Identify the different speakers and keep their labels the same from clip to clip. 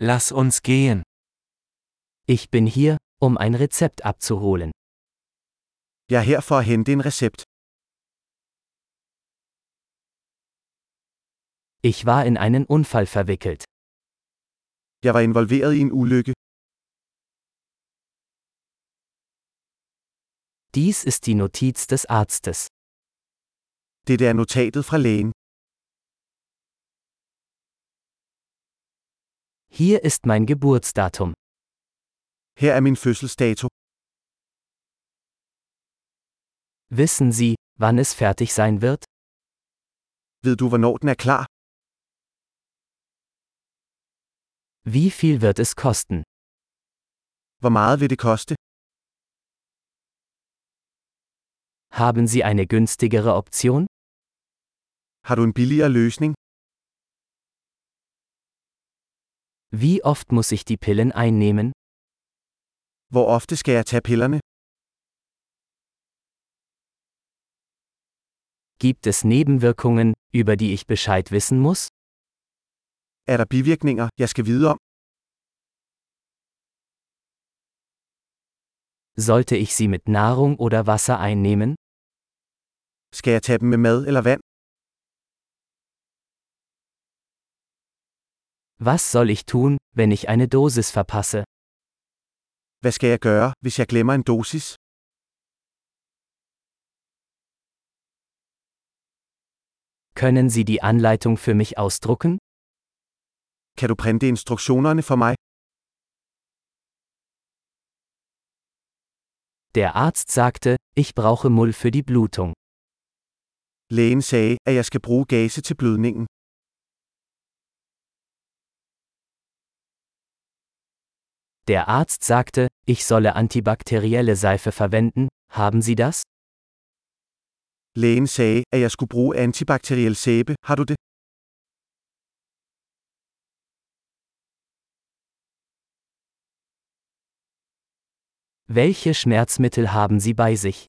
Speaker 1: Lass uns gehen.
Speaker 2: Ich bin hier, um ein Rezept abzuholen.
Speaker 3: Jeg er her for at hente en recept.
Speaker 2: Ich war in einen Unfall verwickelt.
Speaker 3: Jeg var involveret i en ulykke.
Speaker 2: Dies ist die Notiz des Arztes.
Speaker 3: Dette er notatet fra lægen.
Speaker 2: Hier ist mein Geburtsdatum.
Speaker 3: Her er min fødselsdato.
Speaker 2: Wissen Sie, wann es fertig sein wird?
Speaker 3: Ved du, hvornår den er klar?
Speaker 2: Wie viel wird es kosten?
Speaker 3: Hvor meget vil det koste?
Speaker 2: Haben Sie eine günstigere Option?
Speaker 3: Har du en billigere løsning?
Speaker 2: Wie oft muss ich die Pillen einnehmen?
Speaker 3: Hvor ofte skal jeg tage pillerne?
Speaker 2: Gibt es Nebenwirkungen, über die ich Bescheid wissen muss?
Speaker 3: Er der bivirkninger, jeg skal vide om?
Speaker 2: Sollte ich sie mit Nahrung oder Wasser einnehmen?
Speaker 3: Skal jeg tage dem med mad eller vand?
Speaker 2: Was soll ich tun, wenn ich eine Dosis verpasse?
Speaker 3: Hvad skal jeg gøre, hvis jeg glemmer en dosis?
Speaker 2: Können Sie die Anleitung für mich ausdrucken?
Speaker 3: Kan du printe instruktionerne for mig?
Speaker 2: Der Arzt sagte, ich brauche Mull für die Blutung.
Speaker 3: Lægen sagde, at jeg skal bruge gase til blødningen.
Speaker 2: Der Arzt sagte, ich solle antibakterielle Seife verwenden, haben Sie das?
Speaker 3: Lægen sagde, at jeg skulle bruge antibakteriel sæbe. Har du det?
Speaker 2: Welche Schmerzmittel haben Sie bei sich?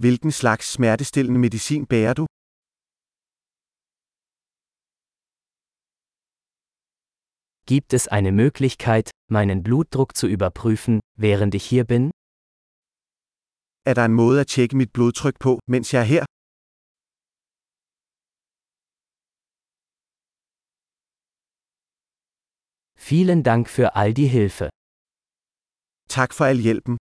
Speaker 3: Hvilken slags smertestillende medicin bærer du?
Speaker 2: Gibt es eine Möglichkeit, meinen Blutdruck zu überprüfen, während ich hier bin?
Speaker 3: Er der en måde at tjekke mit blodtryk på, mens jeg er her?
Speaker 2: Vielen Dank für all die Hilfe.
Speaker 3: Tak for al hjælpen.